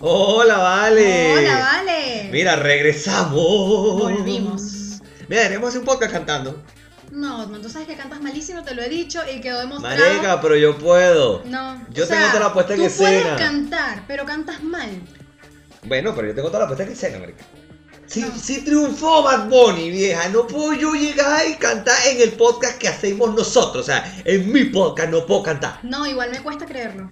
Hola, vale. Hola, vale. Mira, regresamos. Volvimos. Mira, deberíamos hacer un podcast cantando. No, Osman, tú sabes que cantas malísimo, te lo he dicho y quedó demostrado. Marica, pero yo puedo. No. Yo o sea, tengo toda la puesta en tú escena. puedes cantar, pero cantas mal. Bueno, pero yo tengo toda la puesta en escena, marica. Sí, No. sí triunfó Bad Bunny, vieja. No puedo yo llegar y cantar en el podcast que hacemos nosotros. O sea, en mi podcast no puedo cantar. No, igual me cuesta creerlo.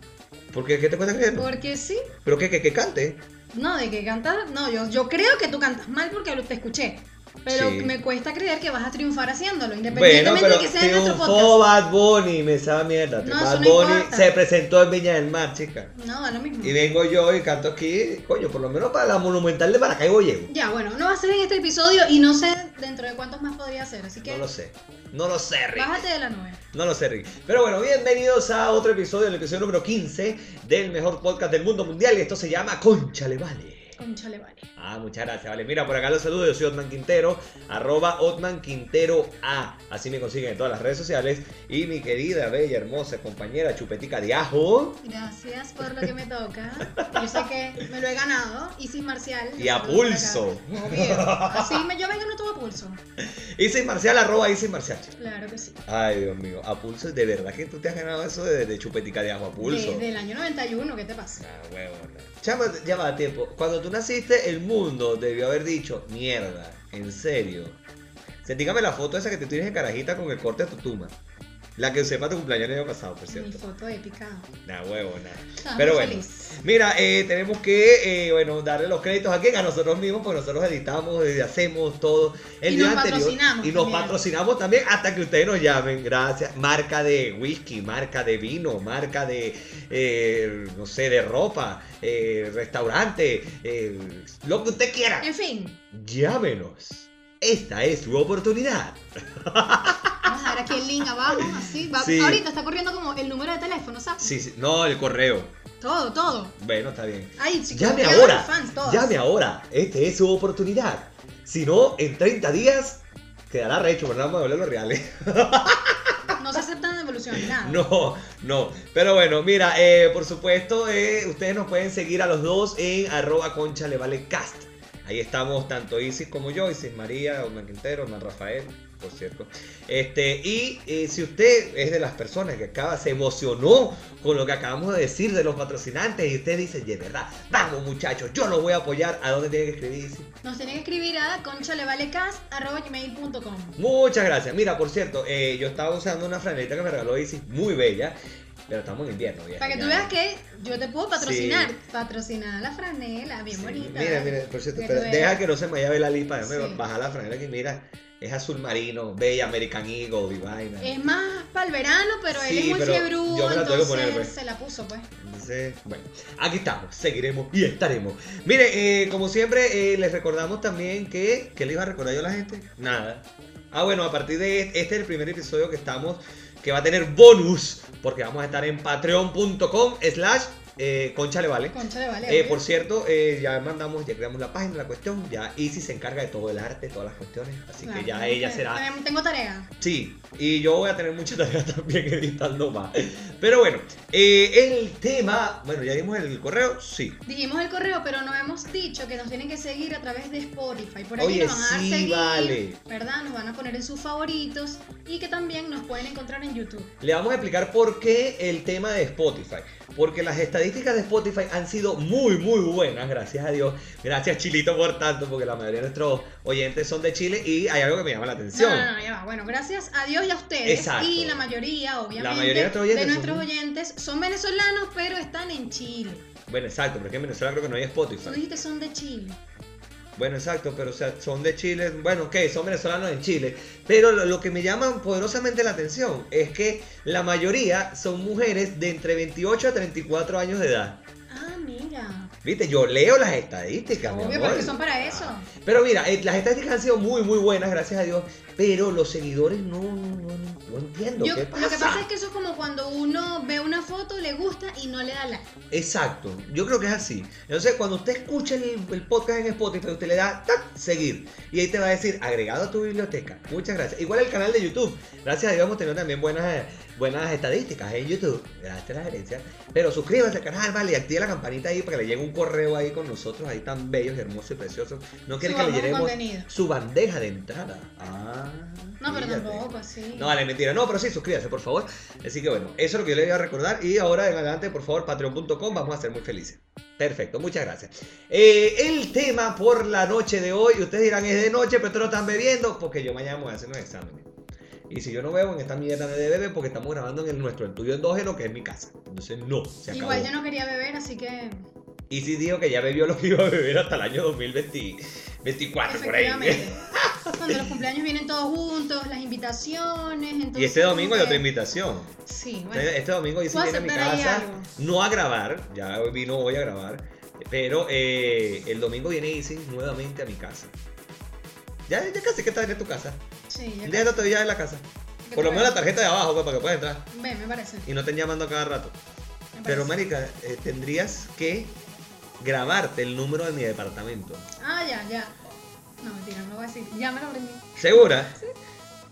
Porque, ¿qué te cuesta creerlo? Porque sí, ¿Pero qué, que, que cante? no, de que cantar, no, yo, yo creo que tú cantas mal porque lo- te escuché. Pero Sí. me cuesta creer que vas a triunfar haciéndolo, Bueno, independientemente pero de que sea en nuestro triunfó podcast. Bad Bunny, me sabe mierda. No, Bad eso no Bunny importa. se presentó en Viña del Mar, chica. No, da lo mismo. Y vengo yo y canto aquí, coño, por lo menos para la monumental de Maracaibo llego. Ya, bueno, no va a ser en este episodio y no sé dentro de cuántos más podría ser, así que No lo sé. No lo sé, Rick. bájate de la nube. No lo sé, Rick. Pero bueno, bienvenidos a otro episodio, el episodio número 15 del mejor podcast del mundo mundial. Y esto se llama Concha le vale. Conchale, vale. Ah, muchas gracias. Vale, mira, por acá los saludo. Yo soy Otman Quintero, arroba Otman Quintero A. Así me consiguen en todas las redes sociales. Y mi querida, bella, hermosa compañera Chupetica de Ajo. Gracias por lo que me toca. Yo sé que me lo he ganado y sin marcial. Y a lo saludo por pulso. acá. Obvio. Así me, yo me gano todo a pulso. Isis Marcial, arroba Isis Marcial. Claro que sí. Ay, Dios mío, a pulso, de verdad que tú te has ganado eso de, de chupetica de ajo a pulso. Desde el año 91, ¿qué te pasa? Ah, huevona. Chama, ya va a tiempo. Cuando tú naciste, el mundo debió haber dicho, mierda, en serio. Sentígame la foto esa que te tienes de carajita con el corte de tu tuma. La que usé para tu cumpleaños el año pasado, por Mi cierto. foto de picado. Nah, huevona. Estaba Pero muy bueno. feliz. Mira, eh, tenemos que eh, bueno, darle los créditos a quién? A nosotros mismos, porque nosotros editamos, eh, hacemos todo. El Y día nos anterior, patrocinamos Y nos también. patrocinamos también hasta que ustedes nos llamen. Gracias. Marca de whisky, marca de vino, marca de, eh, no sé, de ropa, eh, restaurante, eh, lo que usted quiera. En fin, Llámenos. Esta es su oportunidad. vamos a ver aquí el link abajo, así. Va- Sí. Ahorita está corriendo como el número de teléfono, ¿sabes? Sí, sí. No, el correo. Todo, todo. Bueno, está bien. Ay, chicos, Llame quedan ahora. Fans, todas. Llame ahora. Esta es su oportunidad. Si no, en 30 días quedará recho, ¿verdad? Vamos a hablar los reales. No se aceptan devoluciones, nada. No, no. Pero bueno, mira, eh, por supuesto, eh, ustedes nos pueden seguir a los dos en arroba concha le vale cast. Ahí estamos tanto Isis como yo, Isis María, Osman Quintero, Osman Rafael, por cierto. Este, y eh, si usted es de las personas que acaba, se emocionó con lo que acabamos de decir de los patrocinantes y usted dice, de verdad, vamos muchachos, yo los voy a apoyar, ¿a dónde tiene que escribir Isis? Nos tienen que escribir a conchalevalecast.com. Muchas gracias. Mira, por cierto, eh, yo estaba usando una franelita que me regaló Isis, muy bella, pero estamos en invierno. vieja, Para que ya. tú veas que yo te puedo patrocinar. Sí. Patrocinar la franela, bien Sí, bonita. Mira, mira, por cierto, Para que pero tú deja veas. que no se me vaya a ver la lipa, déjame Sí. bajar la franela aquí, mira, es azul marino, bella, American Eagle y vaina. Es más para el verano, pero él Sí, es muy pero fiebrudo, yo me la tengo que entonces poner, pues. se la puso, pues. Entonces, bueno, aquí estamos, seguiremos y estaremos. Mire, eh, como siempre, eh, les recordamos también que, ¿qué le iba a recordar yo a la gente? Nada. Ah, bueno, a partir de este, este es el primer episodio que estamos, que va a tener bonus, porque vamos a estar en patreon.com slash eh, concha le vale. Concha de vale. Eh, obvio. por cierto, eh, ya mandamos, ya creamos la página, la cuestión, ya Isis se encarga de todo el arte, todas las cuestiones, así Claro, que ya tengo ella que- será... tengo- Tengo tarea. Sí, y yo voy a tener mucha tarea también editando más. Pero bueno, eh, el tema, bueno, ya dimos el correo, sí. Dijimos el correo, pero no hemos dicho que nos tienen que seguir a través de Spotify. Por ahí Oye, nos van a dar sí, seguir, vale. ¿verdad? Nos van a poner en sus favoritos y que también nos pueden encontrar en YouTube. Le vamos a explicar por qué el tema de Spotify. Porque las estadísticas de Spotify han sido muy, muy buenas, gracias a Dios. Gracias Chilito por tanto, porque la mayoría de nuestros oyentes son de Chile y hay algo que me llama la No, atención. no, no, ya va. Bueno, gracias a Dios y a ustedes. Exacto. Y la mayoría, obviamente, La mayoría de nuestros oyentes de nuestros son- oyentes son venezolanos, pero están en Chile. Bueno, exacto, porque en Venezuela creo que no hay Tú Spotify. dijiste son de Chile. Bueno, exacto, pero o sea, son de Chile, bueno, que son venezolanos en Chile, pero lo, lo que me llama poderosamente la atención es que la mayoría son mujeres de entre 28 a 34 años de edad. Ah, mira. Viste, yo leo las estadísticas, mi Obvio, amor. porque son para eso. Pero mira, eh, las estadísticas han sido muy, muy buenas, gracias a Dios. pero los seguidores no, no, no- no entiendo. Yo- ¿Qué Lo que pasa es que eso es como cuando uno ve una foto, le gusta y no le da like. Exacto, yo creo que es así. Entonces, cuando usted escucha el, el podcast en Spotify, usted le da tac, seguir. Y ahí te va a decir, agregado a tu biblioteca. Muchas gracias. Igual el canal de YouTube. Gracias a Dios hemos tenido también buenas, buenas estadísticas en YouTube. Gracias a la gerencia. Pero suscríbase al canal, vale, y active la campanita ahí para que le llegue un correo ahí con nosotros, ahí tan bellos, hermosos y preciosos. No quiere que le Subamos lleguemos contenido. su bandeja de entrada. Ah, No, pero fíjate. tampoco así. No, vale, mentira. No, pero sí, suscríbase, por favor. Así que bueno, eso es lo que yo les voy a recordar. Y ahora en adelante, por favor, patreon.com, vamos a ser muy felices. Perfecto, muchas gracias. Eh, el tema por la noche de hoy, ustedes dirán, es de noche, pero ustedes no están bebiendo, porque yo mañana me voy a hacer un examen. Y si yo no bebo en esta mierda de bebé, porque estamos grabando en el nuestro estudio endógeno, que es mi casa. Entonces, no, se acabó. Igual yo no quería beber, así que. Y sí digo que ya bebió lo que iba a beber hasta el año 2024, por ahí. Efectivamente. Cuando los cumpleaños vienen todos juntos, las invitaciones. Entonces, Y este domingo hay como otra que- invitación. Sí, bueno. Este, este domingo yo sí Puedo viene a mi aceptar ahí casa, algo. no a grabar, ya vino hoy a grabar, pero eh, el domingo viene Isis nuevamente a mi casa. Ya, ya casi que estás en tu casa. Sí, ya. Ya está todavía en la casa. Por lo menos la tarjeta de abajo, pues, para que puedas entrar. Ve, me parece. Y no estén llamando a cada rato. me Pero, parece. Marica, eh, tendrías que grabarte el número de mi departamento. Ah, ya, ya. No, mentira, no lo voy a decir. Ya me lo aprendí. ¿Segura?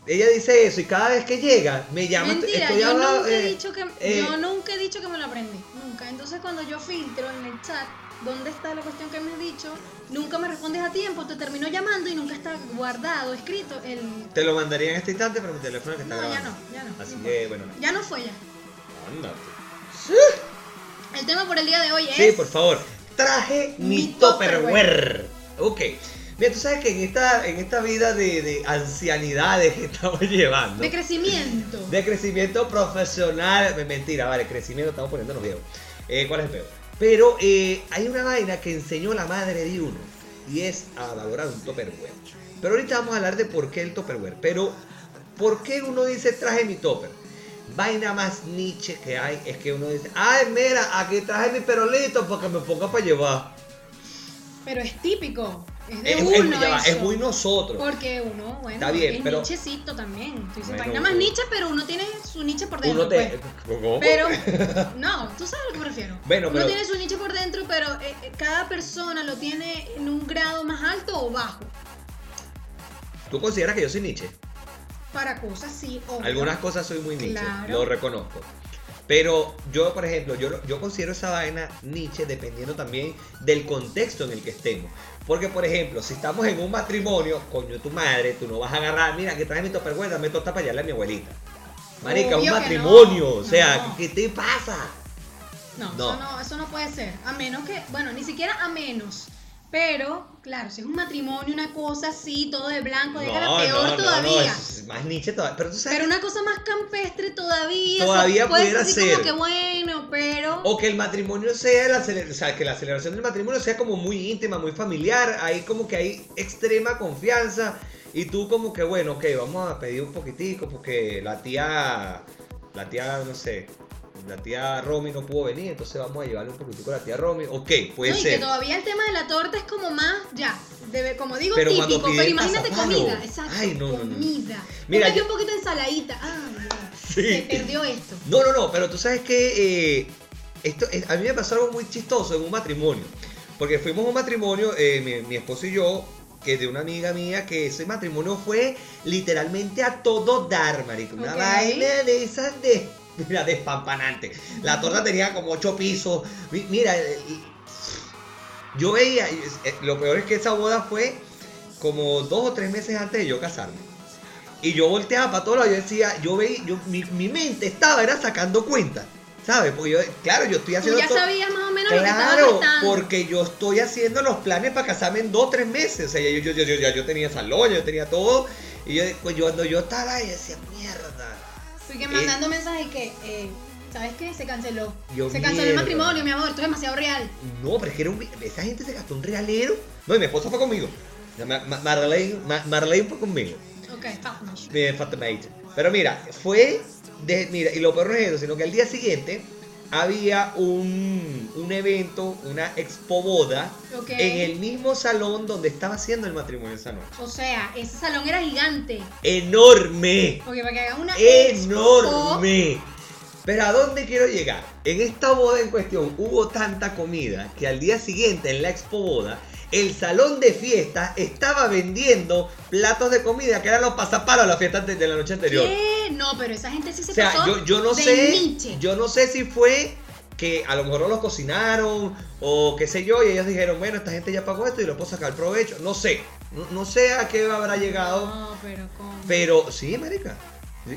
Ella dice eso y cada vez que llega me llama. Mentira, estoy yo hablando, nunca, eh, he dicho que, eh. yo nunca he dicho que me lo aprendí. Nunca. Entonces, cuando yo filtro en el chat dónde está la cuestión que me has dicho, nunca me respondes a tiempo, te termino llamando y nunca está guardado, escrito. El... Te lo mandaría en este instante, pero mi teléfono que está No, ya grabando. no, ya no. Así no que, importa. bueno, Ya no fue ya. ándate. El tema por el día de hoy es. Sí, por favor. Traje mi, Mi Tupperware. Ok. Mira, tú sabes que en esta, en esta vida de, de ancianidades que estamos llevando, De crecimiento. de crecimiento profesional, me- mentira, vale, crecimiento estamos poniéndonos viejos. Eh, ¿Cuál es el peor? Pero eh, hay una vaina que enseñó la madre de uno y es a valorar un Tupperware. Pero ahorita vamos a hablar de por qué el Tupperware. Pero, ¿por qué uno dice traje mi Topper? Vaina más niche que hay es que uno dice, ay, mira, aquí traje mi perolito porque me ponga para llevar. Pero es típico. Es de Es, es- uno. ya va, es eso. muy nosotros. Porque uno, bueno, Está bien, es pero- nichecito también. Tú dices, Bueno, vaina más pero- niche, pero uno tiene su niche por dentro. Uno te... pues. ¿Cómo? Pero, no, tú sabes a lo que me refiero. Bueno, uno pero- tiene su nicho por dentro, pero eh, eh, cada persona lo tiene en un grado más alto o bajo. ¿Tú consideras que yo soy niche? Para cosas sí o Algunas cosas soy muy niche, Claro. lo reconozco. Pero yo, por ejemplo, yo, yo considero esa vaina niche dependiendo también del contexto en el que estemos. Porque, por ejemplo, si estamos en un matrimonio, coño, tu madre, tú no vas a agarrar, mira, que traes mi topergüenza, me toca para allá a mi abuelita. Marica, Obvio un que matrimonio, no, o sea, no. ¿qué te pasa? No, No. Eso no, eso no puede ser. A menos que, bueno, ni siquiera a menos. Pero, claro, si es un matrimonio, una cosa así, todo de blanco, de cara, peor todavía. es más niche todavía. Pero tú sabes, Pero una cosa más campestre todavía. Todavía se puede pudiera decir ser. como que bueno, pero. O que el matrimonio sea, la cele- o sea, que la celebración del matrimonio sea como muy íntima, muy familiar, ahí como que hay extrema confianza y tú como que, bueno, ok, vamos a pedir un poquitico porque la tía, la tía, no sé, la tía Romy no pudo venir, entonces vamos a llevarle un poquitico a la tía Romy, ok, puede No, y que ser. todavía el tema de la torta es como más, ya, debe- como digo, Pero cuando típico, piden pero imagínate pasapalo. comida, exacto, Ay, no, no, no. comida. Mira, Mira, yo- un poquito de ensaladita, ay, no, se perdió esto. No, no, no, pero tú sabes que eh, esto, es- a mí me pasó algo muy chistoso en un matrimonio. Porque fuimos a un matrimonio, eh, mi, mi esposo y yo, que de una amiga mía, que ese matrimonio fue literalmente a todo dar, marico. Una Ok. vaina de esas de... Mira, despampanante. La torta tenía como ocho pisos. Mi- Mira, eh, y- yo veía, y es- eh, lo peor es que esa boda fue como dos o tres meses antes de yo casarme. Y yo volteaba para todos lados, yo decía, yo veía, yo, mi, mi mente estaba, era sacando cuentas, ¿sabes? Porque yo, claro, yo estoy Tú haciendo ya todo- sabías más o menos lo que estabas Claro, gastando. porque yo estoy haciendo los planes para casarme en dos o tres meses. O sea, yo, yo, yo, yo, ya yo tenía salón, ya yo tenía todo. Y yo, pues, yo- cuando yo estaba ahí, yo decía, mierda. Fui que mandando mensajes que, eh, ¿sabes qué? Se canceló. Yo, se canceló el mierda. matrimonio, mi amor, esto es demasiado real. No, pero es que era un- esa gente se gastó un realero. No, y mi esposa fue conmigo. Ma- Ma- Marlene, Ma- Marlene fue conmigo. Ok, Fatmash. de Fatimate. Pero mira, fue de, mira, y lo peor no es eso, sino que al día siguiente había un, un evento, una expo boda, Ok. en el mismo salón donde estaba haciendo el matrimonio esa noche. O sea, ese salón era gigante. ¡Enorme! Porque para que hagan una expo- ¡Enorme! Pero ¿a dónde quiero llegar? En esta boda en cuestión hubo tanta comida que al día siguiente en la expo boda, el salón de fiestas estaba vendiendo platos de comida que eran los pasapalos de la fiesta ante- de la noche anterior. ¿Qué? No, pero esa gente sí se O sea, pasó yo, yo no de sé. niche. Yo no sé si fue que a lo mejor no los cocinaron o qué sé yo, y ellos dijeron, bueno, esta gente ya pagó esto y lo puedo sacar provecho. No sé. No, no sé a qué habrá llegado. No, pero ¿cómo? Pero sí, marica.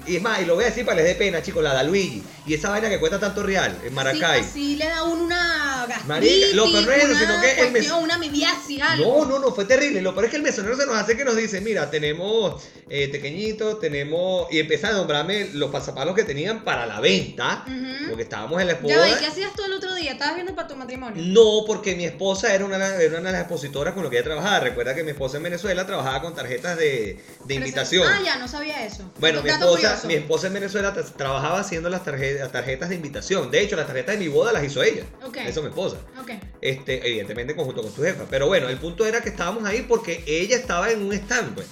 Y es más, y lo voy a decir para que les dé pena, chicos, la da Luigi. Y esa vaina que cuesta tanto real en Maracay. Sí, así le da uno una gastritis, Marica, lo peor no es eso, una sino que el mes- cuestión, una mediasis, algo. No, no, no, fue terrible. Lo peor es que el mesonero se nos hace que nos dice, mira, tenemos eh, tequeñitos, tenemos... Y empieza a nombrarme los pasapalos que tenían para la venta. Ujú. Porque estábamos en la Ya ve, esposa. ¿qué hacías tú el otro día? ¿Estabas viendo para tu matrimonio? No, porque mi esposa era una, era una de las expositoras con lo que ella trabajaba. Recuerda que mi esposa en Venezuela trabajaba con tarjetas de, de Pero invitación. se- Ah, ya, no sabía eso. Bueno, Un mi dato esposa, curioso. mi esposa en Venezuela tra- trabajaba haciendo las tarjetas, las tarjetas de invitación. De hecho, las tarjetas de mi boda las hizo ella. Ok. Eso mi esposa. Ok. Este, evidentemente conjunto con su jefa. Pero bueno, el punto era que estábamos ahí porque ella estaba en un stand, pues.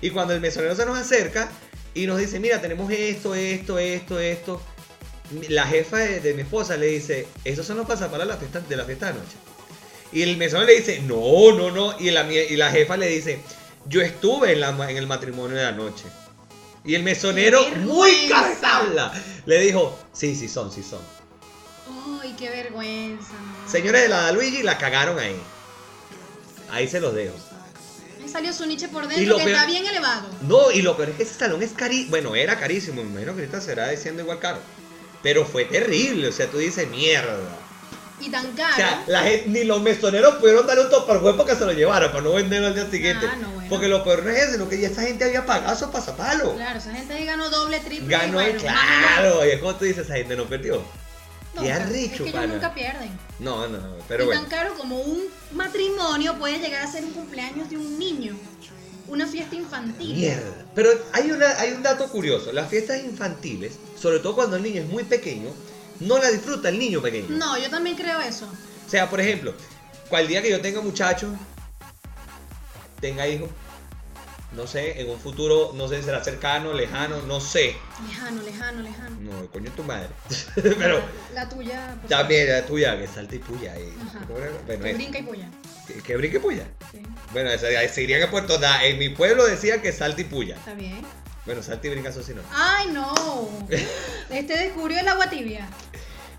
Y cuando el mesonero se nos acerca y nos dice, mira, tenemos esto, esto, esto, esto. mi- La jefa de, de mi esposa le dice, esos son los pasapalos de la fiesta de, la fiesta de anoche. Y el mesonero le dice, no, no, no. Y la, mie- y la jefa le dice, yo estuve en, la ma- en el matrimonio de anoche. Y el mesonero, ¡Qué muy vergüenza! casabla, le dijo, sí, sí son, sí son. Ay, qué vergüenza. no. Señores de la da Luigi la cagaron ahí. Ahí se los dejo. Ahí salió su niche por Y lo dentro, que peor- está bien elevado. No, y lo peor es que ese salón es carísimo. Bueno, era carísimo, me imagino que ahorita será diciendo igual caro. Pero fue terrible, o sea, tú dices mierda. Y tan O caro. sea, la gente, ni los mesoneros pudieron darle un topar huevo que se lo llevaron para no venderlo al día siguiente. Ah, no, bueno. Porque lo peor no es eso, sino que ya esa gente había pagado esos pasapalos. Claro, esa gente ahí ganó doble, triple. y Ganó, bueno, más, claro. Y es como tú dices, esa gente no perdió. no, Qué nunca. arrecho, Es que ellos pana. nunca pierden. No, no, no. Pero y bueno. tan caro como un matrimonio puede llegar a ser un cumpleaños de un niño. Una fiesta infantil. Mierda. Pero hay, una, hay un dato curioso. Las fiestas infantiles, sobre todo cuando el niño es muy pequeño, no la disfruta el niño pequeño. No, yo también creo eso. O sea, por ejemplo, cual día que yo tenga muchachos, tenga hijos, no sé, en un futuro, no sé, será cercano, lejano, no sé. Lejano, lejano, lejano. No, coño tu madre. Pero La tuya. por también la tuya, que salta y puya. y- Ajá. Bueno, Que es- brinca y polla. que, que brinque puya. Sí, Bueno, esa- se irían a Puerto Ordaz. En mi pueblo decían que salta y puya. está bien. Bueno, salta y brinca, eso sí no. ¡Ay, no! Este descubrió el agua tibia.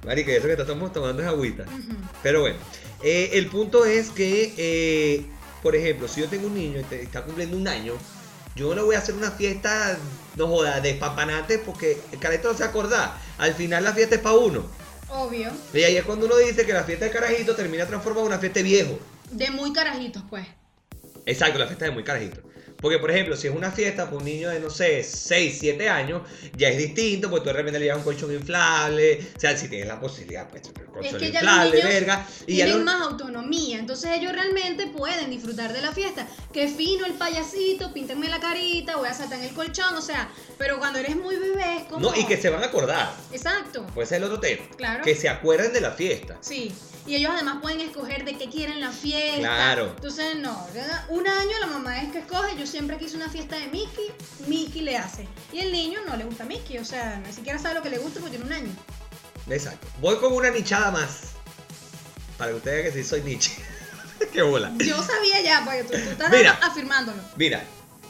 Marica, eso que estamos tomando es agüita. Ujú. Pero bueno, eh, el punto es que, eh, por ejemplo, si yo tengo un niño y te- está cumpliendo un año, yo no le voy a hacer una fiesta, no joda, de papanate porque el carajito no se acorda. Al final la fiesta es para uno. Obvio. Y ahí es cuando uno dice que la fiesta de carajito termina transformada en una fiesta de viejo. De muy carajitos, pues. Exacto, la fiesta de muy carajito. Porque, por ejemplo, si es una fiesta para un niño de, no sé, 6, 7 años, ya es distinto, porque tú de repente le llevas un colchón inflable. O sea, si tienes la posibilidad, pues, un colchón que ya los inflable, niños verga. Y ya Tienen no- más autonomía. Entonces ellos realmente pueden disfrutar de la fiesta. Qué fino el payasito, píntenme la carita, voy a saltar en el colchón. O sea, pero cuando eres muy bebé es como. No, y que se van a acordar. Exacto. Puede ser Pues el otro tema. Claro. Que se acuerden de la fiesta. Sí. Y ellos además pueden escoger de qué quieren la fiesta. Claro. Entonces, no. ¿verdad? Un año la mamá es que escoge. Yo siempre quise una fiesta de Mickey. Mickey le hace. Y el niño no le gusta Mickey. O sea, ni siquiera sabe lo que le gusta porque tiene un año. Exacto. Voy con una nichada más. Para que ustedes vean que sí soy niche. Qué bola. Yo sabía ya, porque tú, tú estás Mira. afirmándolo. Mira,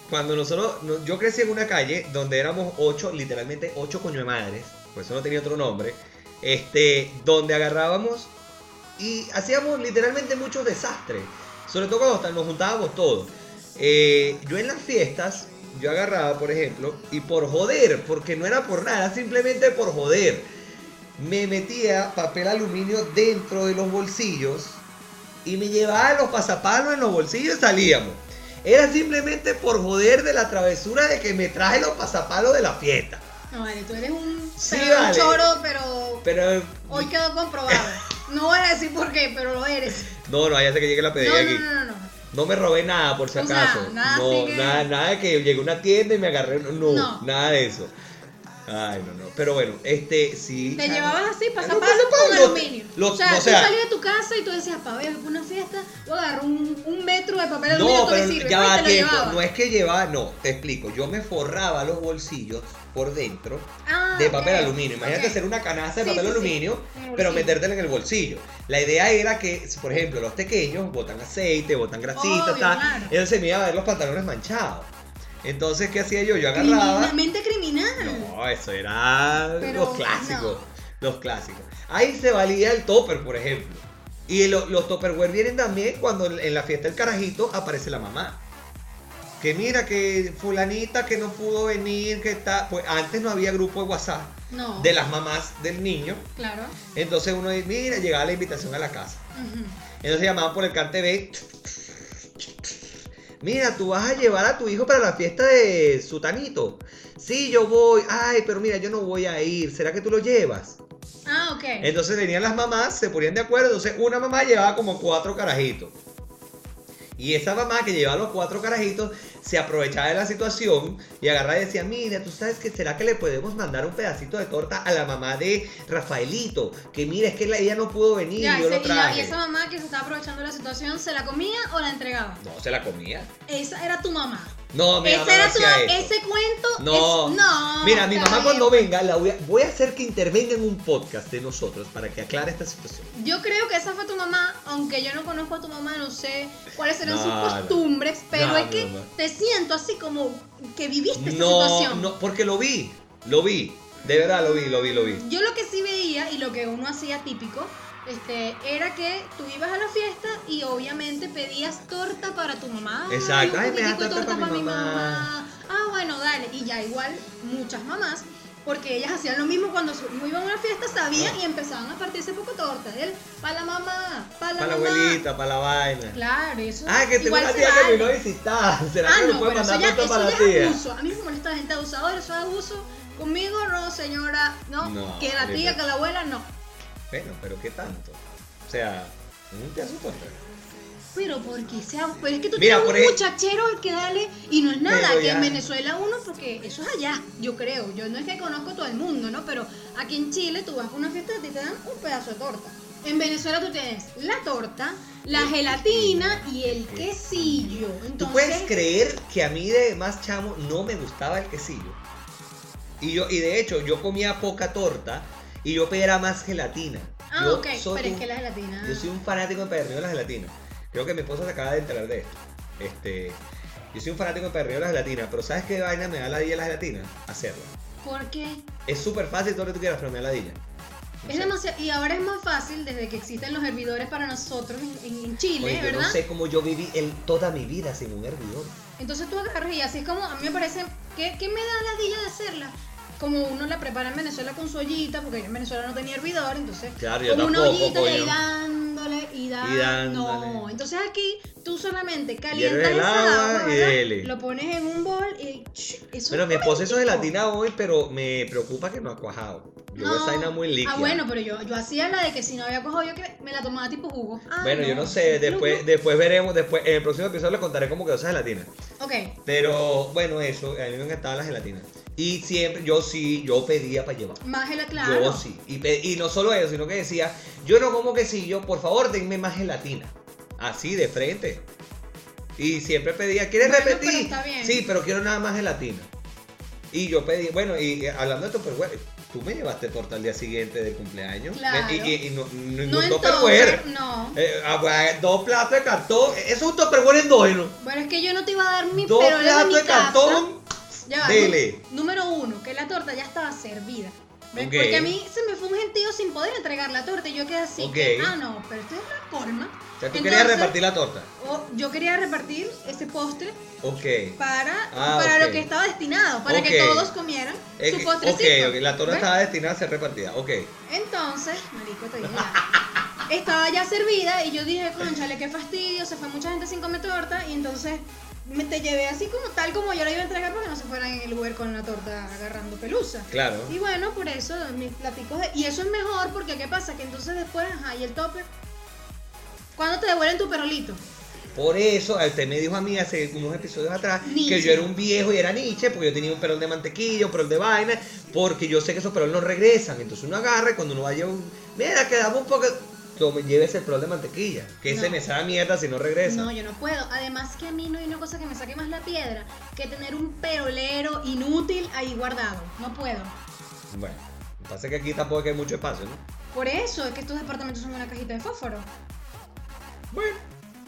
cuando nosotros. no- Yo crecí en una calle donde éramos ocho, literalmente ocho coño de madres. Por eso no tenía otro nombre. Este, donde agarrábamos y hacíamos literalmente muchos desastres. Sobre todo cuando hasta nos juntábamos todos. Eh, yo en las fiestas, yo agarraba, por ejemplo, y por joder, porque no era por nada, simplemente por joder, me metía papel aluminio dentro de los bolsillos y me llevaba los pasapalos en los bolsillos y salíamos. Era simplemente por joder de la travesura de que me traje los pasapalos de la fiesta. No, vale, tú eres un, Sí, pero un vale. choro, pero Pero eh, hoy quedó comprobado. No voy a decir por qué, pero lo eres. no, no, ya sé que llegue la No, pedida aquí. no, no, no, no. No me robé nada, por si O sea, acaso. nada no, así que- nada, nada de que llegué a una tienda y me agarré. No, No. nada de eso. Ay, no, no. Pero bueno, este, sí. Te chamo. llevabas así, Eh, No, pasapalos con pasapalos. aluminio. Los- o sea, o sea- tú salías de tu casa y tú decías, pa' ver, fue una fiesta, voy a agarrar un, un metro de papel aluminio No, todo y pero sirve, ya ¿no? y va te lo tiempo. llevabas. No es que llevaba, no, te explico. Yo me forraba los bolsillos por dentro Ah, de ok, papel aluminio. Imagínate ok. hacer una canasta de Sí, papel sí, sí. aluminio, En el pero bolsillo. metértela en el bolsillo. La idea era que, por ejemplo, los pequeños botan aceite, botan grasita, Obvio, tal. claro. Entonces me iba a ver los pantalones manchados. Entonces, ¿qué hacía yo? Yo agarraba. Criminalmente criminal. No, eso era Pero los clásicos. Los clásicos. Ahí se valía el topper, por ejemplo. Y lo- los topperware vienen también cuando en en la fiesta del carajito aparece la mamá. Que mira, que fulanita que no pudo venir, que está... Pues antes no había grupo de WhatsApp No. de las mamás del niño. Claro. Entonces uno dice, mira, llegaba la invitación a la casa. Ujú. Entonces llamaban por el CAN TV. Mira, tú vas a llevar a tu hijo para la fiesta de Sutanito. Sí, yo voy. Ay, pero mira, yo no voy a ir. ¿Será que tú lo llevas? Ah, ok. Entonces venían las mamás, se ponían de acuerdo. Entonces una mamá llevaba como cuatro carajitos. Y esa mamá que llevaba los cuatro carajitos se aprovechaba de la situación y agarraba y decía, mira, tú sabes que será que le podemos mandar un pedacito de torta a la mamá de Rafaelito. Que mira, es que la- ella no pudo venir. Ya, yo ese- lo y, la- traje. y esa mamá que se estaba aprovechando de la situación, ¿se la comía o la entregaba? No, se la comía. Esa era tu mamá. No, mi mamá Esa no era tu hacía mamá. eso. Ese cuento. No. es- no. Mira, mi mamá Gabriel. cuando venga, la voy, a, voy a hacer que intervenga en un podcast de nosotros para que aclare esta situación. Yo creo que esa fue tu mamá, aunque yo no conozco a tu mamá, no sé cuáles serán sus No, no. costumbres, pero No, es mi que mamá. te siento así como que viviste esa No, situación. no, porque lo vi, lo vi, de verdad Ah, lo vi, lo vi, lo vi. Yo lo que sí veía y lo que uno hacía típico, este, era que tú ibas a la fiesta y obviamente pedías torta para tu mamá. Ay, Exacto. un Ay, me das poquitico de torta para mi mamá. Ah, bueno, dale. Y ya igual muchas mamás, porque ellas hacían lo mismo cuando su- iban a una fiesta, sabían y empezaban a partirse poco torta. Él, para la mamá, para la Para la mamá. abuelita, para la vaina. Claro, eso Ah, que tengo igual una se tía que vale. me vino a visitar. ¿Será Ah, que me no, puede pero eso mandar ya, torta eso para la ya tía? es abuso. A mí me molesta la gente abusadora, eso es abuso. Conmigo no, señora, no. No, que la vete. tía, que la abuela, no. Bueno, pero ¿qué tanto? O sea, un te asustas. Pero porque sea, pero es que tú Mira, por tienes ej- un muchachero al que dale y no es nada, Pero que ya. en Venezuela uno, porque eso es allá, yo creo. Yo no es que conozco todo el mundo, ¿no? Pero aquí en Chile tú vas a una fiesta y a ti te dan un pedazo de torta. En Venezuela tú tienes la torta, la gelatina y el quesillo. Entonces, ¿Tú puedes creer que a mí de más chamo no me gustaba el quesillo? Y yo y de hecho yo comía poca torta y yo pedía más gelatina. Ah, Yo ok, soy pero es un- que la gelatina. Yo soy un fanático empedernido de las gelatinas. Creo que mi esposa se acaba de enterar de esto. Este, yo soy un fanático empedernido de las gelatinas, pero ¿sabes qué vaina me da la dilla las gelatinas? Hacerla. ¿Por qué? Es súper fácil todo lo que tú quieras, pero me da la dilla. Es demasiado, y ahora es más fácil desde que existen los hervidores para nosotros en, en- en Chile, Oye, yo ¿verdad? no sé cómo yo viví el- toda mi vida sin un hervidor. Entonces tú agarras y así es como, a mí me parece, ¿qué, qué me da la dilla de hacerla? Como uno la prepara en Venezuela con su ollita, porque yo en Venezuela no tenía hervidor, entonces Claro, con una ollita y ahí coño. dándole y dándole. No, dándole. entonces aquí tú solamente calientas el esa agua agua, y ¿verdad? dele. lo pones en un bol y ch- eso Bueno, es mi esposa hizo comestible. gelatina hoy, pero me preocupa que no ha cuajado. Yo veo No. esa vaina muy líquida. Ah, bueno, pero yo, yo hacía la de que si no había cojo yo que me la tomaba tipo jugo. Ah, Bueno, yo no sé, después, después veremos, después, en el próximo episodio les contaré cómo quedó esa gelatina. Ok, Pero bueno, eso, a mí me encantaba la gelatina. Y siempre, yo sí, yo pedía para llevar. más gela- claro. Yo sí. Y, pe- y no solo eso, sino que decía, yo no como quesillo, por favor, denme más gelatina. Así, de frente. Y siempre pedía, ¿quieres Bueno, repetir? pero está bien. Sí, pero quiero nada más gelatina. Y yo pedí, bueno, y eh, hablando de Tupperware, tú me llevaste torta al día siguente del cumpleaños. Claro. Y, y- y no, no, No ningún en Tupperware. Tupperware, no. Eh, ah, pues, dos platos de cartón. Eso es un Tupperware endógeno. Bueno, es que yo no te iba a dar mi Dos pero era de mi platos de casa. cartón. Ya va, Dele. nú- Número uno, que la torta ya estaba servida. ¿Ves? Ok. Porque a mí se me fue un gentío sin poder entregar la torta y yo quedé así. Ok. que, ah, no, pero esto es una forma. O sea, tú Entonces- querías repartir la torta. O yo quería repartir ese postre Ok. para, Ah, para ok. lo que estaba destinado, para que Ok. todos comieran Eh, su postrecito. ok, ok, la torta ¿Ves? estaba destinada a ser repartida. Ok. Entonces, marico, te dije ya. Estaba ya servida y yo dije, conchale, qué fastidio, se fue mucha gente sin comer torta y entonces me te llevé así como tal como yo la iba a entregar para que no se fueran en el Uber con la torta agarrando pelusa. Claro. Y bueno, por eso mis platicos de... Y eso es mejor porque ¿qué pasa? Que entonces después, ajá, y el topper... ¿Cuándo te devuelven tu perolito? Por eso, a usted me dijo a mí hace unos episodios atrás Nietzsche. que yo era un viejo y era Nietzsche, porque yo tenía un perol de mantequilla, un perol de vaina, Porque yo sé que esos peroles no regresan. Entonces uno agarra y cuando uno vaya un. Mira, quedamos un poco. Tome, llévese el perol de mantequilla. Que No. se me sabe mierda si no regresa. No, yo no puedo. Además que a mí no hay una cosa que me saque más la piedra que tener un perolero inútil ahí guardado. No puedo. Bueno, lo que pasa es que aquí tampoco es que hay mucho espacio, ¿no? Por eso es que estos departamentos son una cajita de fósforo. Bueno,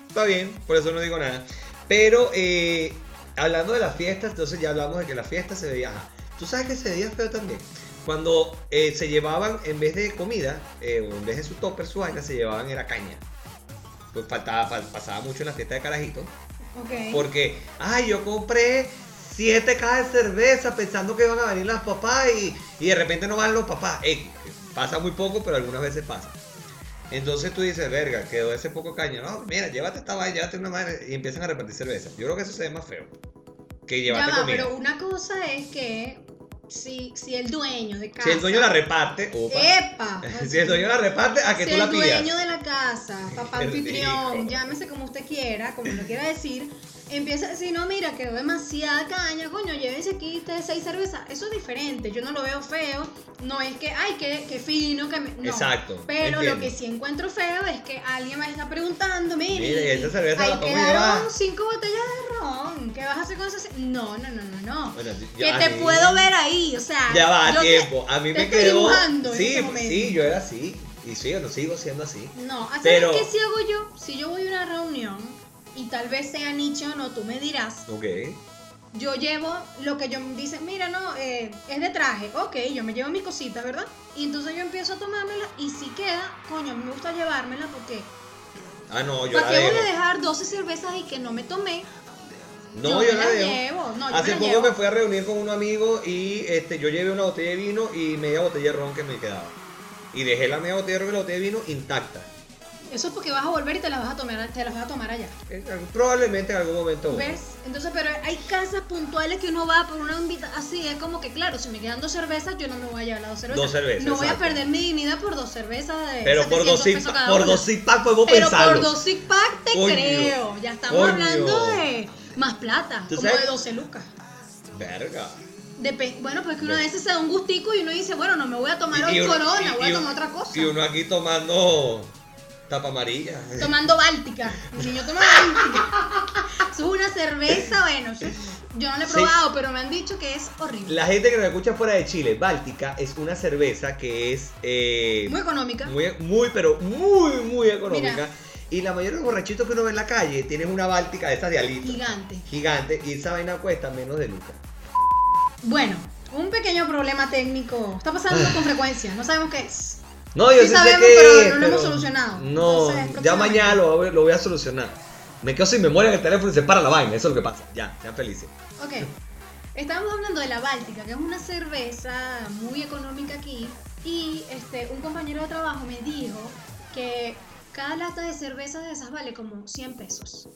está bien, por eso no digo nada. Pero eh, hablando de las fiestas, entonces ya hablamos de que la fiesta se veía. ajá. Tú sabes que se veía feo también. Cuando eh, se llevaban, en vez de comida, eh, o en vez de su topper, su vaina, se llevaban era caña. Pues faltaba, fal- pasaba mucho en la fiesta de carajito. Ok. Porque, ay, yo compré siete cajas de cerveza pensando que iban a venir las papás y, y de repente no van los papás. Ey, pasa muy poco, pero algunas veces pasa. Entonces tú dices, verga, quedó ese poco caña. No, mira, llévate esta vaina, llévate una vaina. Y empiezan a repartir cerveza. Yo creo que eso se ve más feo que ya llevarte va, comida. pero una cosa es que si, si el dueño de casa. Si el dueño la reparte, opa. ¡Epa! si el dueño la reparte, a que Si tú el la pillas. dueño de la casa, papá Qué rico. anfitrión, llámese como usted quiera, como lo quiera decir, empieza a decir, no, mira, quedó demasiada caña, coño, llévense aquí ustedes seis cervezas. Eso es diferente, yo no lo veo feo, no es que, ay, qué, qué fino, que me... no. Exacto. Pero entiendo. lo que sí encuentro feo es que alguien me está preguntando, mire, Mira, y esa cerveza ahí la pongo y quedaron va. cinco botellas de ron, ¿qué vas a hacer con esas? No, no, no, no, no. Bueno, Que ya- te puedo ver ahí, o sea, Ya va, Ah, lo que- tiempo. A mí te me estoy quedó. dibujando en Sí, este pues, momento. sí, yo era así. Y sí, yo no sigo siendo así. No, ¿sabes Pero- qué si hago yo? Si yo voy a una reunión y tal vez sea nicho o no, tú me dirás. Ok. Yo llevo lo que yo dicen, mira, no, eh, es de traje. Ok, yo me llevo mis cositas, ¿verdad? Y entonces yo empiezo a tomármela y si queda, coño, a mí me gusta llevármela porque Ah, no, yo ¿para la qué voy dejo. a dejar 12 cervezas y que no me tomé? No, yo, me la las dejo. llevo. No, yo Hace me las poco llevo. me fui a reunir con un amigo y este, yo llevé una botella de vino y media botella de ron que me quedaba. Y dejé la media botella de ron y la botella de vino intacta. Eso es porque vas a volver y te las vas a tomar, te las vas a tomar allá. En- Probablemente en algún momento. vuelva. ¿Ves? Entonces, pero hay casas puntuales que uno va por una invitación así, es como que claro, si me quedan dos cervezas, yo no me voy a llevar las dos cervezas. Dos cervezas, No voy a exacto. perder mi dignidad por dos cervezas de Pero por 700 dos pesos zip, cada por una. dos zip pack podemos Pero pensarlo. por dos zip pack te Coño. creo. Ya estamos Coño. hablando de más plata, ¿Tú como sabes? de 12 lucas. Verga. Depe- bueno, pues que uno a veces se da un gustico y uno dice, bueno, no me voy a tomar hoy Y- y uno- corona, y- voy y a un- tomar otra cosa. Y uno aquí tomando tapa amarilla. Tomando Báltica. Mi niño toma Báltica. Eso es una cerveza, bueno, eso- yo no la he Sí. probado, pero me han dicho que es horrible. La gente que nos escucha fuera de Chile, Báltica es una cerveza que es eh, Muy económica. muy, muy, pero muy, muy económica. Mira. Y la mayoría de los borrachitos que uno ve en la calle tienen una Báltica de esas de alito. Gigante. Gigante. Y esa vaina cuesta menos de lucas. Bueno, un pequeño problema técnico. Está pasando con frecuencia, no sabemos qué es. No, yo Sí sé sabemos, que pero no lo hemos No, solucionado. Entonces, ya próximamente. mañana lo, voy- lo voy a solucionar. Me quedo sin memoria en el teléfono y se para la vaina. Eso es lo que pasa. Ya, sean felices. Ok. Estábamos hablando de la Báltica, que es una cerveza muy económica aquí. Y este, un compañero de trabajo me dijo que cada lata de cerveza de esas vale como 100 pesos.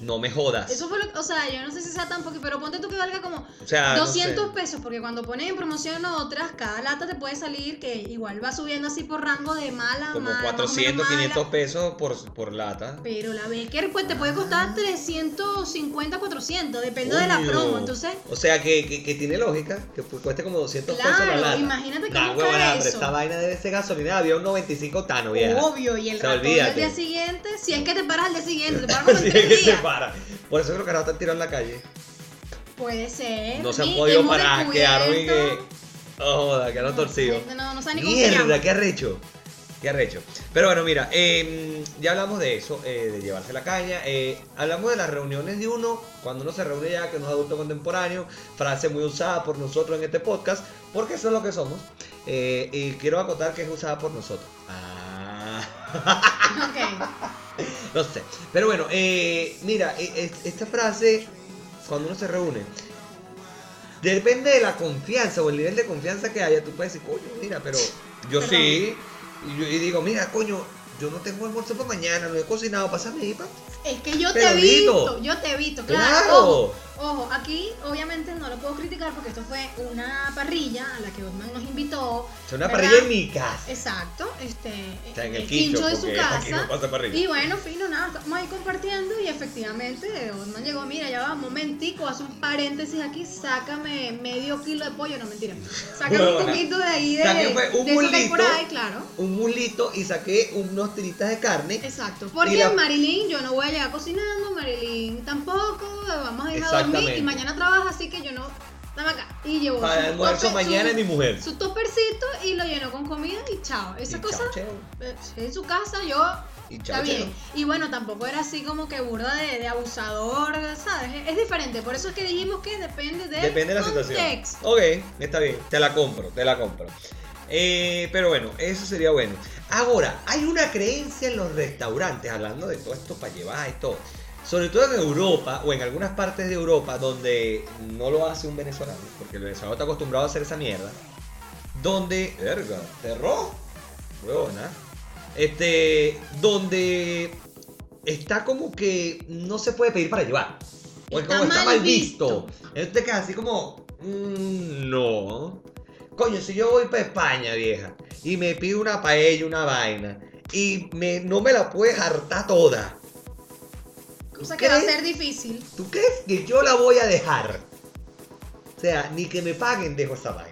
No me jodas. Eso fue lo que, o sea, yo no sé si sea tan poquito, pero ponte tú que valga como o sea, Ah, no sé. 200 pesos, porque cuando pones en promoción otras, cada lata te puede salir que igual va subiendo así por rango de mala, Como mala, más o menos 400, mala. 500 pesos por, por lata. Pero la Becker pues te puede costar 350, 400, depende de la Coño. promo. Entonces, O sea, que, que, que tiene lógica, que pu- cueste como 200 pesos la Claro, lata. imagínate Nah, cómo huevona, cae pero eso. esta vaina debe ser gasolina de avión 95 octano, vieja. obvio, y el se ratón olvídate. al día siguiente, si es que te paras al día siguiente, te paras como Así en es tres que se días. para. Por eso creo que ahora están tirados en la calle. Puede ser. No se han sí, podido hemos parar, quedaron y que. descubierto- Oh, joda, quedaron torcidos. No, no, no sabe ni cómo se llama. Mierda, qué arrecho. Qué arrecho. Pero bueno, mira, eh, ya hablamos de eso, eh, de llevarse la caña. eh, hablamos de las reuniones de uno, cuando uno se reúne ya, que uno es adulto contemporáneo. Frase muy usada por nosotros en este podcast, porque eso es lo que somos. eh, y quiero acotar que es usada por nosotros. Ah, Ok. no sé. Pero bueno, eh, mira, eh, es- esta frase, cuando uno se reúne, depende de la confianza o el nivel de confianza que haya. Tú puedes decir, coño, mira, pero yo Perdón. sí. Y, yo- y digo, mira, coño, yo no tengo almuerzo para mañana, no he cocinado, pásame ahí, pa. Es que yo te Pero evito, Lito. yo te evito, claro. Claro. Ojo, aquí obviamente no lo puedo criticar porque esto fue una parrilla a la que Osman nos invitó. Es una ¿verdad? parrilla en mi casa. Exacto, este, O sea, en el quincho de su porque casa. Aquí no pasa parrilla. Y bueno, fino, nada, estamos ahí compartiendo y efectivamente Osman llegó, mira, ya va, un momentico, hace un paréntesis aquí, sácame medio kilo de pollo, no mentira, sácame un Huevona. poquito de ahí de, Saqué fue un de eso que hay por bulito. ahí, claro. Un mulito y saqué unos tiritas de carne. Exacto, porque Mira. Marilyn, yo no voy a llegar cocinando, Marilyn tampoco, vamos a ir a dormir Exactamente. y mañana trabaja, así que yo no, dame acá. Y llevó Para el su almuerzo tope- mañana su- mi mujer. su topercito y lo llenó con comida y chao. Esa Y cosa chao, chao. eh, en su casa yo Y chao, está chao. bien. Y bueno, tampoco era así como que burda de, de abusador, ¿sabes? Es, es diferente, por eso es que dijimos que depende del Depende de la contexto. situación. Ok, está bien, te la compro, te la compro. Eh, pero bueno, eso sería bueno. Ahora, hay una creencia en los restaurantes, hablando de todo esto para llevar y todo. Sobre todo en Europa o en algunas partes de Europa donde no lo hace un venezolano, porque el venezolano está acostumbrado a hacer esa mierda. Donde, verga, cerró, huevona. Este, donde está como que no se puede pedir para llevar. O es Está como está mal mal visto. Entonces te quedas así como, mm, no. Coño, si yo voy para España, vieja, y me pido una paella, una vaina, y me, no me la puedes hartar toda, Cosa que va a ¿Crees? ser difícil. ¿tú crees que yo la voy a dejar? O sea, ni que me paguen dejo esa vaina.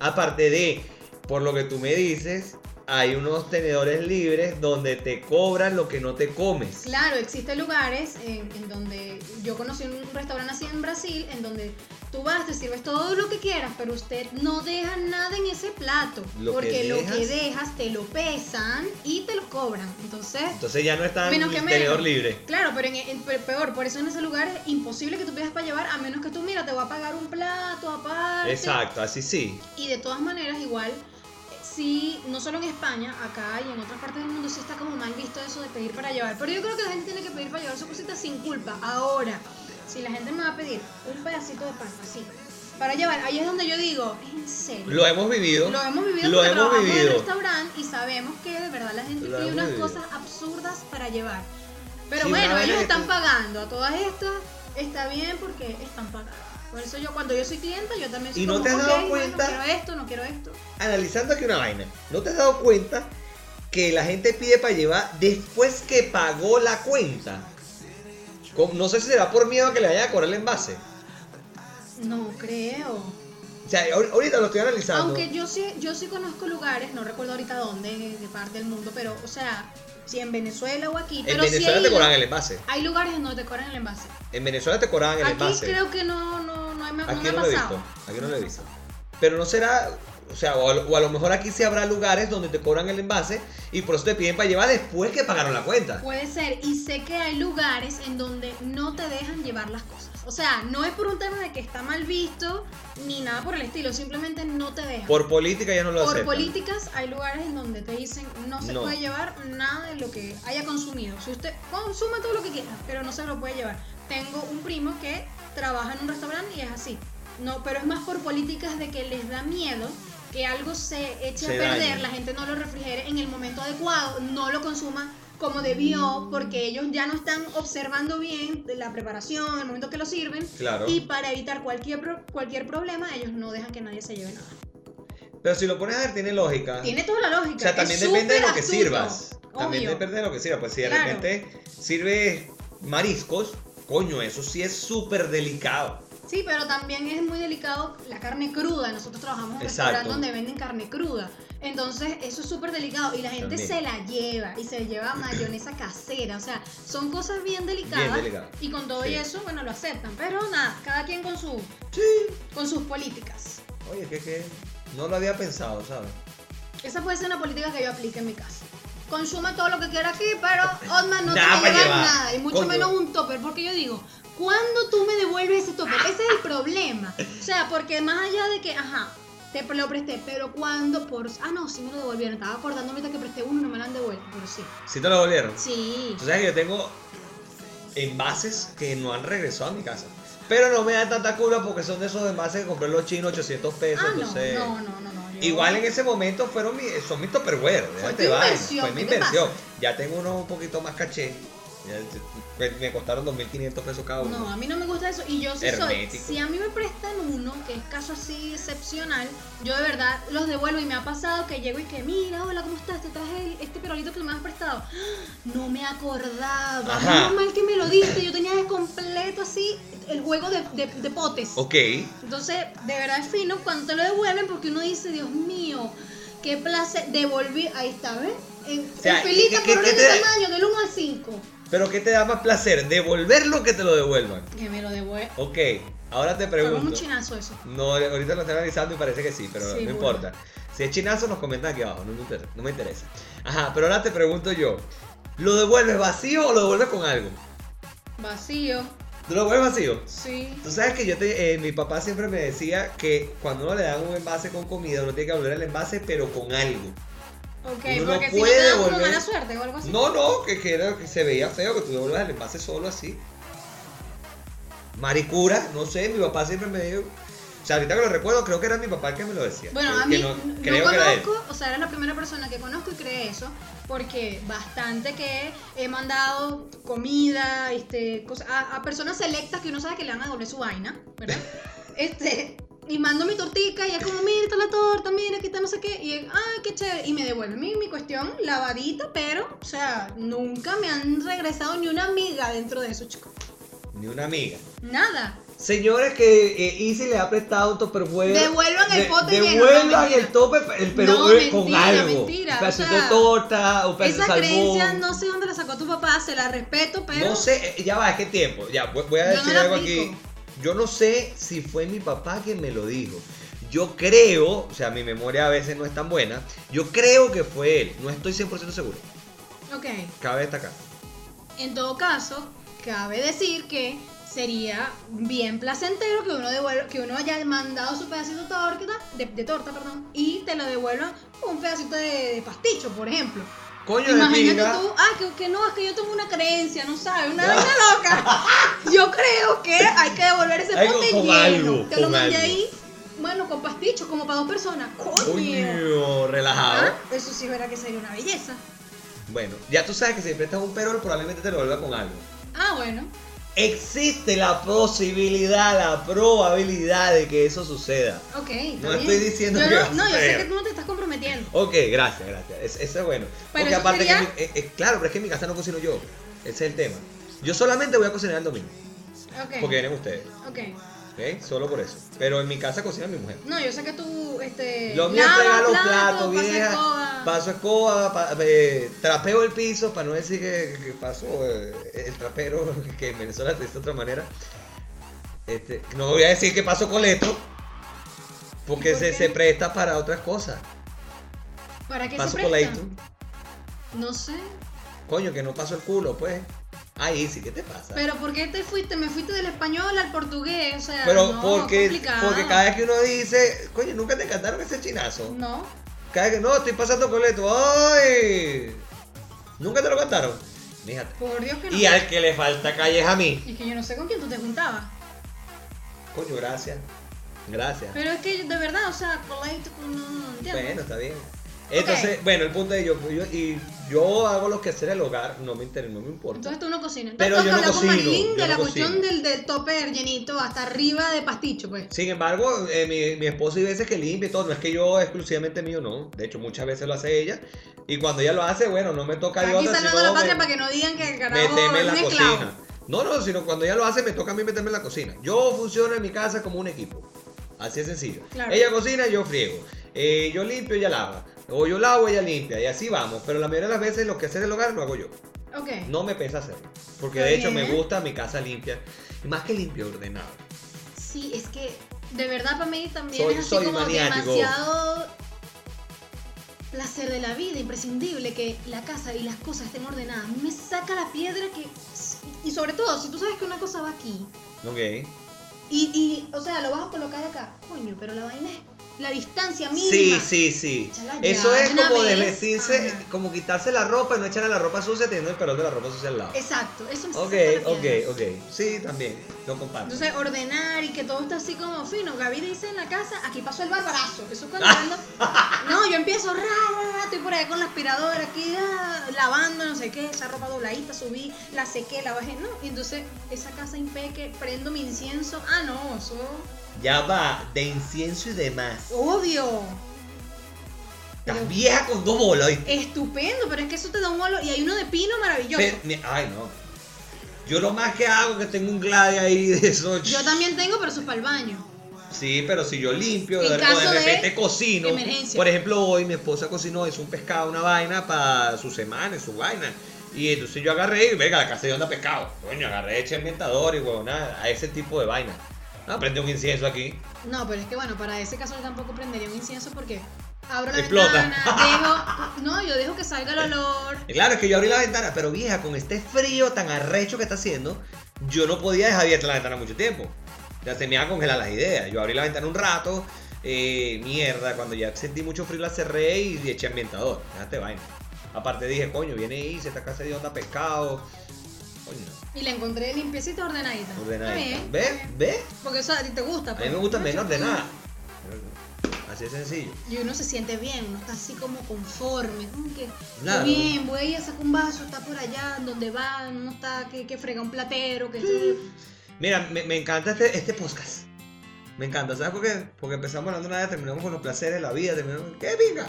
Aparte de, por lo que tú me dices, hay unos tenedores libres donde te cobran lo que no te comes. Claro, existen lugares en, en donde yo conocí un restaurante así en Brasil, en donde tú vas, te sirves todo lo que quieras, pero usted no deja nada en ese plato, Lo que porque lo dejas- que dejas te lo pesan y te lo cobran. Entonces, Entonces ya no está en Menos que tenedor menos. libre. Claro, pero en, en- pe- peor, por eso en ese lugar es imposible que tú pidas para llevar, a menos que tú, mira, te voy a pagar un plato aparte. Exacto, así sí. Y de todas maneras, igual, eh, sí, no solo en España, acá y en otras partes del mundo sí está como mal visto eso de pedir para llevar. Pero yo creo que la gente tiene que pedir para llevar su cosita sin culpa. Ahora, si la gente me va a pedir un pedacito de pan así, para llevar, ahí es donde yo digo, es en serio. Lo hemos vivido. Lo hemos vivido Lo porque hemos trabajamos en el vivido. restaurante y sabemos que de verdad la gente Lo pide hemos unas vivido. cosas absurdas para llevar. Pero Sí, una bueno, vaina ellos que están tú- pagando a todas estas, está bien porque están pagando. Por eso yo cuando yo soy clienta, yo también soy ¿Y no como, te has "Ok, dado bueno, cuenta? quiero esto, no quiero esto. analizando aquí una vaina, ¿no te has dado cuenta que la gente pide para llevar después que pagó la cuenta? Como- No sé si será por miedo a que le vayan a cobrar el envase. No creo. O sea, ahor- ahorita lo estoy analizando. Aunque yo sí, yo sí conozco lugares, no recuerdo ahorita dónde, de parte del mundo, pero, o sea, si en Venezuela o aquí, en pero sí Venezuela hay te lu- cobraban el envase. hay lugares en donde te cobran el envase. En Venezuela te cobraban el Aquí envase. creo que no, no, no, hay- no aquí me no ha lo he pasado. visto. Aquí no lo he visto. Pero no será. O sea, o a, lo- o a lo mejor aquí sí habrá lugares donde te cobran el envase y por eso te piden para llevar después que pagaron la cuenta. Puede ser, y sé que hay lugares en donde no te dejan llevar las cosas. O sea, no es por un tema de que está mal visto ni nada por el estilo, simplemente no te dejan. Por política ya no lo Por aceptan. políticas hay lugares en donde te dicen no se No. puede llevar nada de lo que haya consumido. Si usted consuma todo lo que quiera, pero no se lo puede llevar. Tengo un primo que trabaja en un restaurante y es así. No, pero es más por políticas de que les da miedo que algo se eche Se a perder, dañe. la gente no lo refrigere en el momento adecuado, no lo consuma como debió, porque ellos ya no están observando bien la preparación, el momento que lo sirven. Claro. Y para evitar cualquier, pro- cualquier problema, ellos no dejan que nadie se lleve nada. Pero si lo pones a ver, tiene lógica. Tiene toda la lógica. O sea, es también depende de lo súper que absurdo, sirvas. También obvio. depende de lo que sirvas. Pues si de Claro. repente sirves mariscos, coño, eso sí es súper delicado. Sí, pero también es muy delicado la carne cruda. Nosotros trabajamos en un Exacto. restaurante donde venden carne cruda. Entonces, eso es súper delicado. Y la gente También. se la lleva. Y se lleva mayonesa casera. O sea, son cosas bien delicadas. Bien delicado. Y con todo Sí. y eso, bueno, lo aceptan. Pero nada, cada quien con, su, Sí. con sus políticas. Oye, que que no lo había pensado, ¿sabes? Esa puede ser una política que yo aplique en mi casa. Consuma todo lo que quiera aquí, pero Otman Nada no te va a pa' llevar llevar. nada, y mucho pues Coño. menos un topper, porque yo digo, ¿cuándo tú me devuelves ese topper? Ese es el problema. O sea, porque más allá de que, ajá, te lo presté, pero cuando por... Ah, no, sí me lo devolvieron. Estaba acordando ahorita que presté uno y no me lo han devuelto, pero sí. Si te lo volvieron. Sí. Tú sabes que yo tengo envases que no han regresado a mi casa. Pero no me da tanta culpa porque son de esos envases que compré en los chinos 800 pesos. Ah, no, entonces... no, no, no, no. yo- Igual en ese momento fueron mi, son mis topperware, déjate tu vaina, inversión, fue mi ¿qué te inversión. Ya tengo unos un poquito más caché, Ya, Me costaron 2.500 pesos cada uno. No, a mí no me gusta eso. Y yo sí soy. Hermético. Si a mí me prestan uno, que es caso así excepcional, yo de verdad los devuelvo. Y me ha pasado que llego y que, mira, hola, ¿cómo estás? Te traje el- este perolito que me has prestado. No me acordaba. Ajá. Menos mal que me lo diste. Yo tenía completo así el juego de, de- de potes. Ok. Entonces, de verdad es fino cuando te lo devuelven porque uno dice, Dios mío, qué placer. Devolví. Ahí está, ¿ves? En, O sea, en filita ¿qué- qué- por qué orden te- de tamaño, del 1 al 5. Pero ¿qué te da más placer? ¿Devolverlo o que te lo devuelvan? Que me lo devuelven. Ok, ahora te Fue un pregunto. chinazo eso. No, ahorita lo están analizando y parece que sí, pero no Seguro. importa. Si es chinazo, nos comentan aquí abajo, no me, inter- no me interesa. Ajá, pero ahora te pregunto yo. ¿Lo devuelves vacío o lo devuelves con algo? Vacío, ¿Tú lo devuelves vacío? sí. Tú sabes que yo te, eh, mi papá siempre me decía que cuando uno le dan un envase con comida, uno tiene que volver el envase, pero con algo. Ok, Uno no porque si no puede te dan como devolver- mala suerte o algo así. No, no, que, que era- que se veía feo que tú devuelvas el envase solo así. Maricura, no sé, mi papá siempre me dijo. O sea, ahorita que lo recuerdo, creo que era mi papá el que me lo decía. Bueno, Que- a mí que no, creo que era él. conozco, o sea, eres la primera persona que conozco y cree eso, porque bastante que he mandado comida, este, cosas, a, a personas selectas que uno sabe que le van a devolver su vaina, ¿verdad? este, y mando mi tortica y es como, mira, está la torta, mira, aquí está no sé qué, y es, ay, qué chévere, y me devuelven mi, mi cuestión lavadita, pero, o sea, nunca me han regresado ni una amiga dentro de eso, chicos. Ni una amiga. Nada. Señores que eh, Easy les ha prestado un topperware. Devuelvan el pote de- lleno, no, Devuelvan mentira. el tope, el No, Perú con mentira, algo. mentira, Un o pedacito sea, de torta, un pedacito de Esa salmón. creencia no sé dónde la sacó tu papá, se la respeto, pero... No sé, eh, ya va, es que tiempo. Ya, voy, voy a Yo no decir la algo aplico. aquí. Yo no sé si fue mi papá quien me lo dijo. Yo creo, o sea, mi memoria a veces no es tan buena. Yo creo que fue él. No estoy 100% seguro. Ok, Cabe destacar. en todo caso, cabe decir que sería bien placentero que uno devuelva, que uno haya mandado su pedacito de torta, de, de torta, perdón, y te lo devuelvan un pedacito de, de pasticho, por ejemplo. Coño de Imagínate pinga. tú, ah, que, que no, es que yo tengo una creencia, no sabes, una vaina loca. Yo creo que hay que devolver ese Algo pote con lleno. algo, te lo con mandé algo. ahí, bueno, con pasticho, como para dos personas. Coño. Coño, relajado. Ah, Eso sí, verá que sería una belleza. Bueno, ya tú sabes que si prestas un perol, probablemente te lo vuelva con algo. Ah, bueno. Existe la posibilidad, la probabilidad de que eso suceda. Ok, está No bien. estoy diciendo yo que no- vas a No, yo sé hacer. que tú no te estás comprometiendo. Ok, gracias, gracias. Es- Eso es bueno. Pero Porque eso aparte, sería- que mi- eh, eh, claro, pero es que en mi casa no cocino yo. Ese es el tema. Yo solamente voy a cocinar el domingo, Ok. porque vienen ustedes. Ok. ¿ok? Solo por eso. Pero en mi casa cocina mi mujer. No, yo sé que tú, este. Lo mío es lavas pegar los platos, platos, pasas vieja. escoba. Paso escoba, pa- eh, trapeo el piso, para no decir que, que paso eh, el trapero, que en Venezuela se dice de otra manera. Este, no voy a decir que paso coleto, porque ¿Y por se, qué? se presta para otras cosas. ¿Para qué Paso se coleto. presta? No sé. Coño, que no paso el culo, pues. Ahí sí, ¿qué te pasa? Pero ¿por qué te fuiste? Me fuiste del español al portugués. O sea, Pero no, porque, complicado. porque cada vez que uno dice, coño, nunca te cantaron ese chinazo. No. Cada vez que, no, estoy pasando coleto, ¡ay! Nunca te lo cantaron. Fíjate. Por Dios que no. Y al que le falta calle es a mí. Es que yo no sé con quién tú te juntabas. Coño, gracias. Gracias. Pero es que yo- de verdad, o sea, coleto, no, no entiendo. Bueno, está bien. Entonces, bueno, el punto es yo, yo- y yo hago los que hacer el hogar, no me interesa, no me importa. Entonces tú no cocinas. Pero Entonces yo tengo que no hablar con cocino, Marilyn yo de no la cocino. cuestión del, del tope llenito hasta arriba de pasticho, pues. Sin embargo, eh, mi, mi esposo hay veces que limpia y todo, no es que yo exclusivamente mío, no. De hecho, muchas veces lo hace ella. Y cuando ella lo hace, bueno, no me toca yo Aquí otra, salvando a la sino patria me- para que no digan que el carajo meterme en es la un esclavo. cocina. No, no, sino cuando ella lo hace, me toca a mí meterme en la cocina. Yo funciono en mi casa como un equipo. Así es sencillo. Claro. Ella cocina, yo friego. Eh, yo limpio, ella lava. O yo lavo, ella limpia. Y así vamos. Pero la mayoría de las veces lo que hace el hogar lo hago yo. Ok. No me pesa hacerlo. Porque Está de hecho me bien. gusta mi casa limpia. Y más que limpia, ordenado. Sí, es que de verdad para mí también Soy- es así soy como maniático. demasiado placer de la vida, imprescindible que la casa y las cosas estén ordenadas. A mí Me saca la piedra que... Y sobre todo, si tú sabes que una cosa va aquí Ok. y, y o sea, lo vas a colocar acá, coño, pero la vaina es la distancia mínima. Sí, sí, sí. Échala ya, Eso es de una como vez. desvestirse, Ajá. como quitarse la ropa y no echarle la ropa sucia teniendo el pelón de la ropa sucia al lado. Exacto, eso es Ok, ok, ok. Sí, también. Lo comparto. Entonces, ordenar y que todo está así como fino. Gaby dice en la casa, aquí pasó el barbarazo. Eso es cuando ando- No, yo empiezo, ra, ra, ra, estoy por allá con la aspiradora aquí, ah, lavando, no sé qué, esa ropa dobladita, subí, la sequé, la bajé, no. Y entonces, esa casa impeque, prendo mi incienso. Ah, no, eso, Ya va, de incienso y demás. obvio. Estás vieja con dos bolas. ¿oíste? Estupendo, pero es que eso te da un olor. Y hay uno de pino maravilloso. Pe- mi- Ay, no. Yo lo más que hago es que tengo un glade ahí de eso. Yo también tengo, pero eso es para el baño. Sí, pero si yo limpio, En de, o caso de de repente cocino. emergencia. Por ejemplo, hoy mi esposa cocinó, hizo un pescado, una vaina para su semana, su vaina. Y entonces yo agarré y venga, la casa de onda pescado. Coño, agarré eché ambientador y huevonada, a ese tipo de vaina. Ah, prende un incienso aquí. No, pero es que bueno, para ese caso yo tampoco prendería un incienso porque abro la Explota. ventana, dejo. No, yo dejo que salga el olor. Y claro, es que yo abrí la ventana, pero vieja, con este frío tan arrecho que está haciendo, yo no podía dejar abierta la ventana mucho tiempo. Ya se me iban a congelar las ideas. Yo abrí la ventana un rato, eh, mierda, cuando ya sentí mucho frío la cerré y le eché ambientador. Déjate vaina. Aparte dije, coño, viene ahí, se está casa de onda pescado. Coño, Y la encontré limpiecita ordenadita. ordenada. Está bien, ¿Ves? está bien. ¿Ves? Porque eso a ti te gusta. A mí pues. me gusta No, menos yo- ordenada. Así de sencillo. Y uno se siente bien, uno está así como conforme, como que Claro. "Qué bien, voy a ir a sacar un vaso, está por allá, donde va, no está, que, que frega un platero, que Mira, me, me encanta este, este podcast. Me encanta, ¿sabes por qué? Porque empezamos hablando de nada, terminamos con los placeres de la vida, terminamos con... ¡Qué pinga!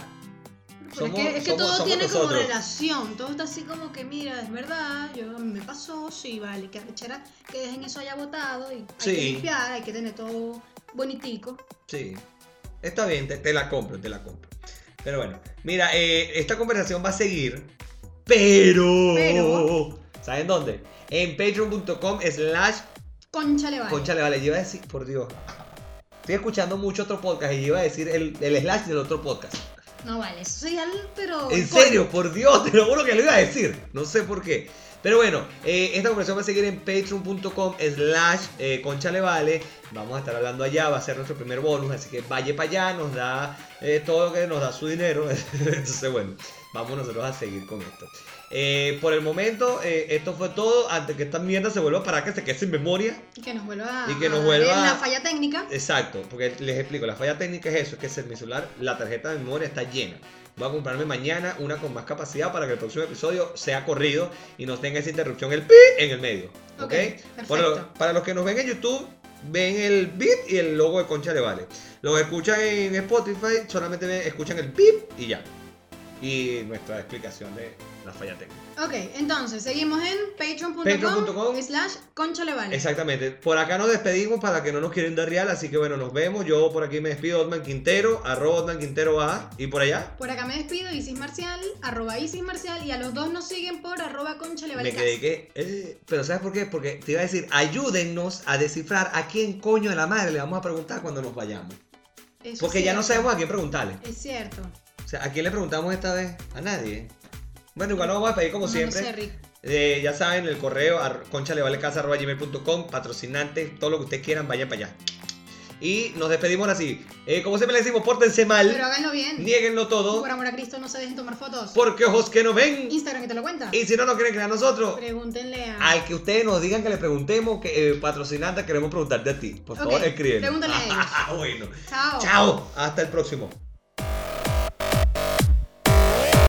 Pero Somos- es que, es que somos- todo somos tiene como nosotros. relación, todo está así como que, mira, es verdad, yo a mí me pasó, sí, vale, que arrechera, que dejen eso allá botado y hay que Sí. limpiar, hay que tener todo bonitico. Sí. Está bien, te, te la compro, te la compro. Pero bueno, mira, eh, esta conversación va a seguir, pero... Pero- ¿Saben dónde? En patreon.com slash Concha le vale. Conchale, vale, yo iba a decir, por Dios. Estoy escuchando mucho otro podcast y yo iba a decir el, el slash del otro podcast. No vale, eso sería el- pero... En con- serio, por Dios, te lo juro que lo iba a decir. No sé por qué. Pero bueno, eh, esta conversación va a seguir en patreon.com slash eh, conchalevale. Vamos a estar hablando allá, va a ser nuestro primer bonus, así que vaya para allá, nos da eh, todo lo que nos da su dinero. Entonces bueno, vamos nosotros a seguir con esto. Eh, por el momento, eh, esto fue todo. Antes que esta mierda se vuelva para que se quede sin memoria. Y que nos vuelva Y que nos a- vuelva- La falla técnica. Exacto, porque les explico, la falla técnica es eso, es que es mi celular, la tarjeta de memoria está llena. Voy a comprarme mañana una con más capacidad para que el próximo episodio sea corrido y no tenga esa interrupción el pi en el medio. ¿Ok? Ok, perfecto. Para, lo- para los que nos ven en YouTube, ven el beep y el logo de Concha Le Vale. Los que escuchan en Spotify, solamente ven- escuchan el beep y ya. Y nuestra explicación de la falla técnica. Ok, entonces, seguimos en Patreon.com patreon.com slash concha le vale. Exactamente. Por acá nos despedimos para que no nos quieren dar real, así que bueno, nos vemos. Yo por aquí me despido, Otman Quintero, arroba Otman Quintero A. Y por allá, Por acá me despido, Isis Marcial, arroba Isis Marcial, y a los dos nos siguen por arroba concha le vale. me quedé que... eh, pero ¿sabes por qué? Porque te iba a decir, ayúdennos a descifrar a quién coño de la madre le vamos a preguntar cuando nos vayamos. Eso es Porque ya no cierto. sabemos a quién preguntarle. Es cierto. O sea, ¿a quién le preguntamos esta vez? A nadie. Bueno, igual nos vamos a pedir como No lo siempre. sé, Rick. Eh, ya saben, el correo ar- conchalevalecasa.gmail.com, patrocinantes, todo lo que ustedes quieran, vayan para allá. Y nos despedimos así. Eh, como siempre le decimos, pórtense Pero mal, háganlo bien. nieguenlo todo, Por amor a Cristo, no se dejen tomar fotos. porque ojos que no ven. Instagram que te lo cuenta. Y si no nos quieren creer a nosotros, Pregúntenle a. al que ustedes nos digan que le preguntemos, que eh, patrocinante, queremos preguntarte a ti. Por Ok, favor, escríbenos. pregúntale a ellos. bueno, Chao. chao, hasta el próximo.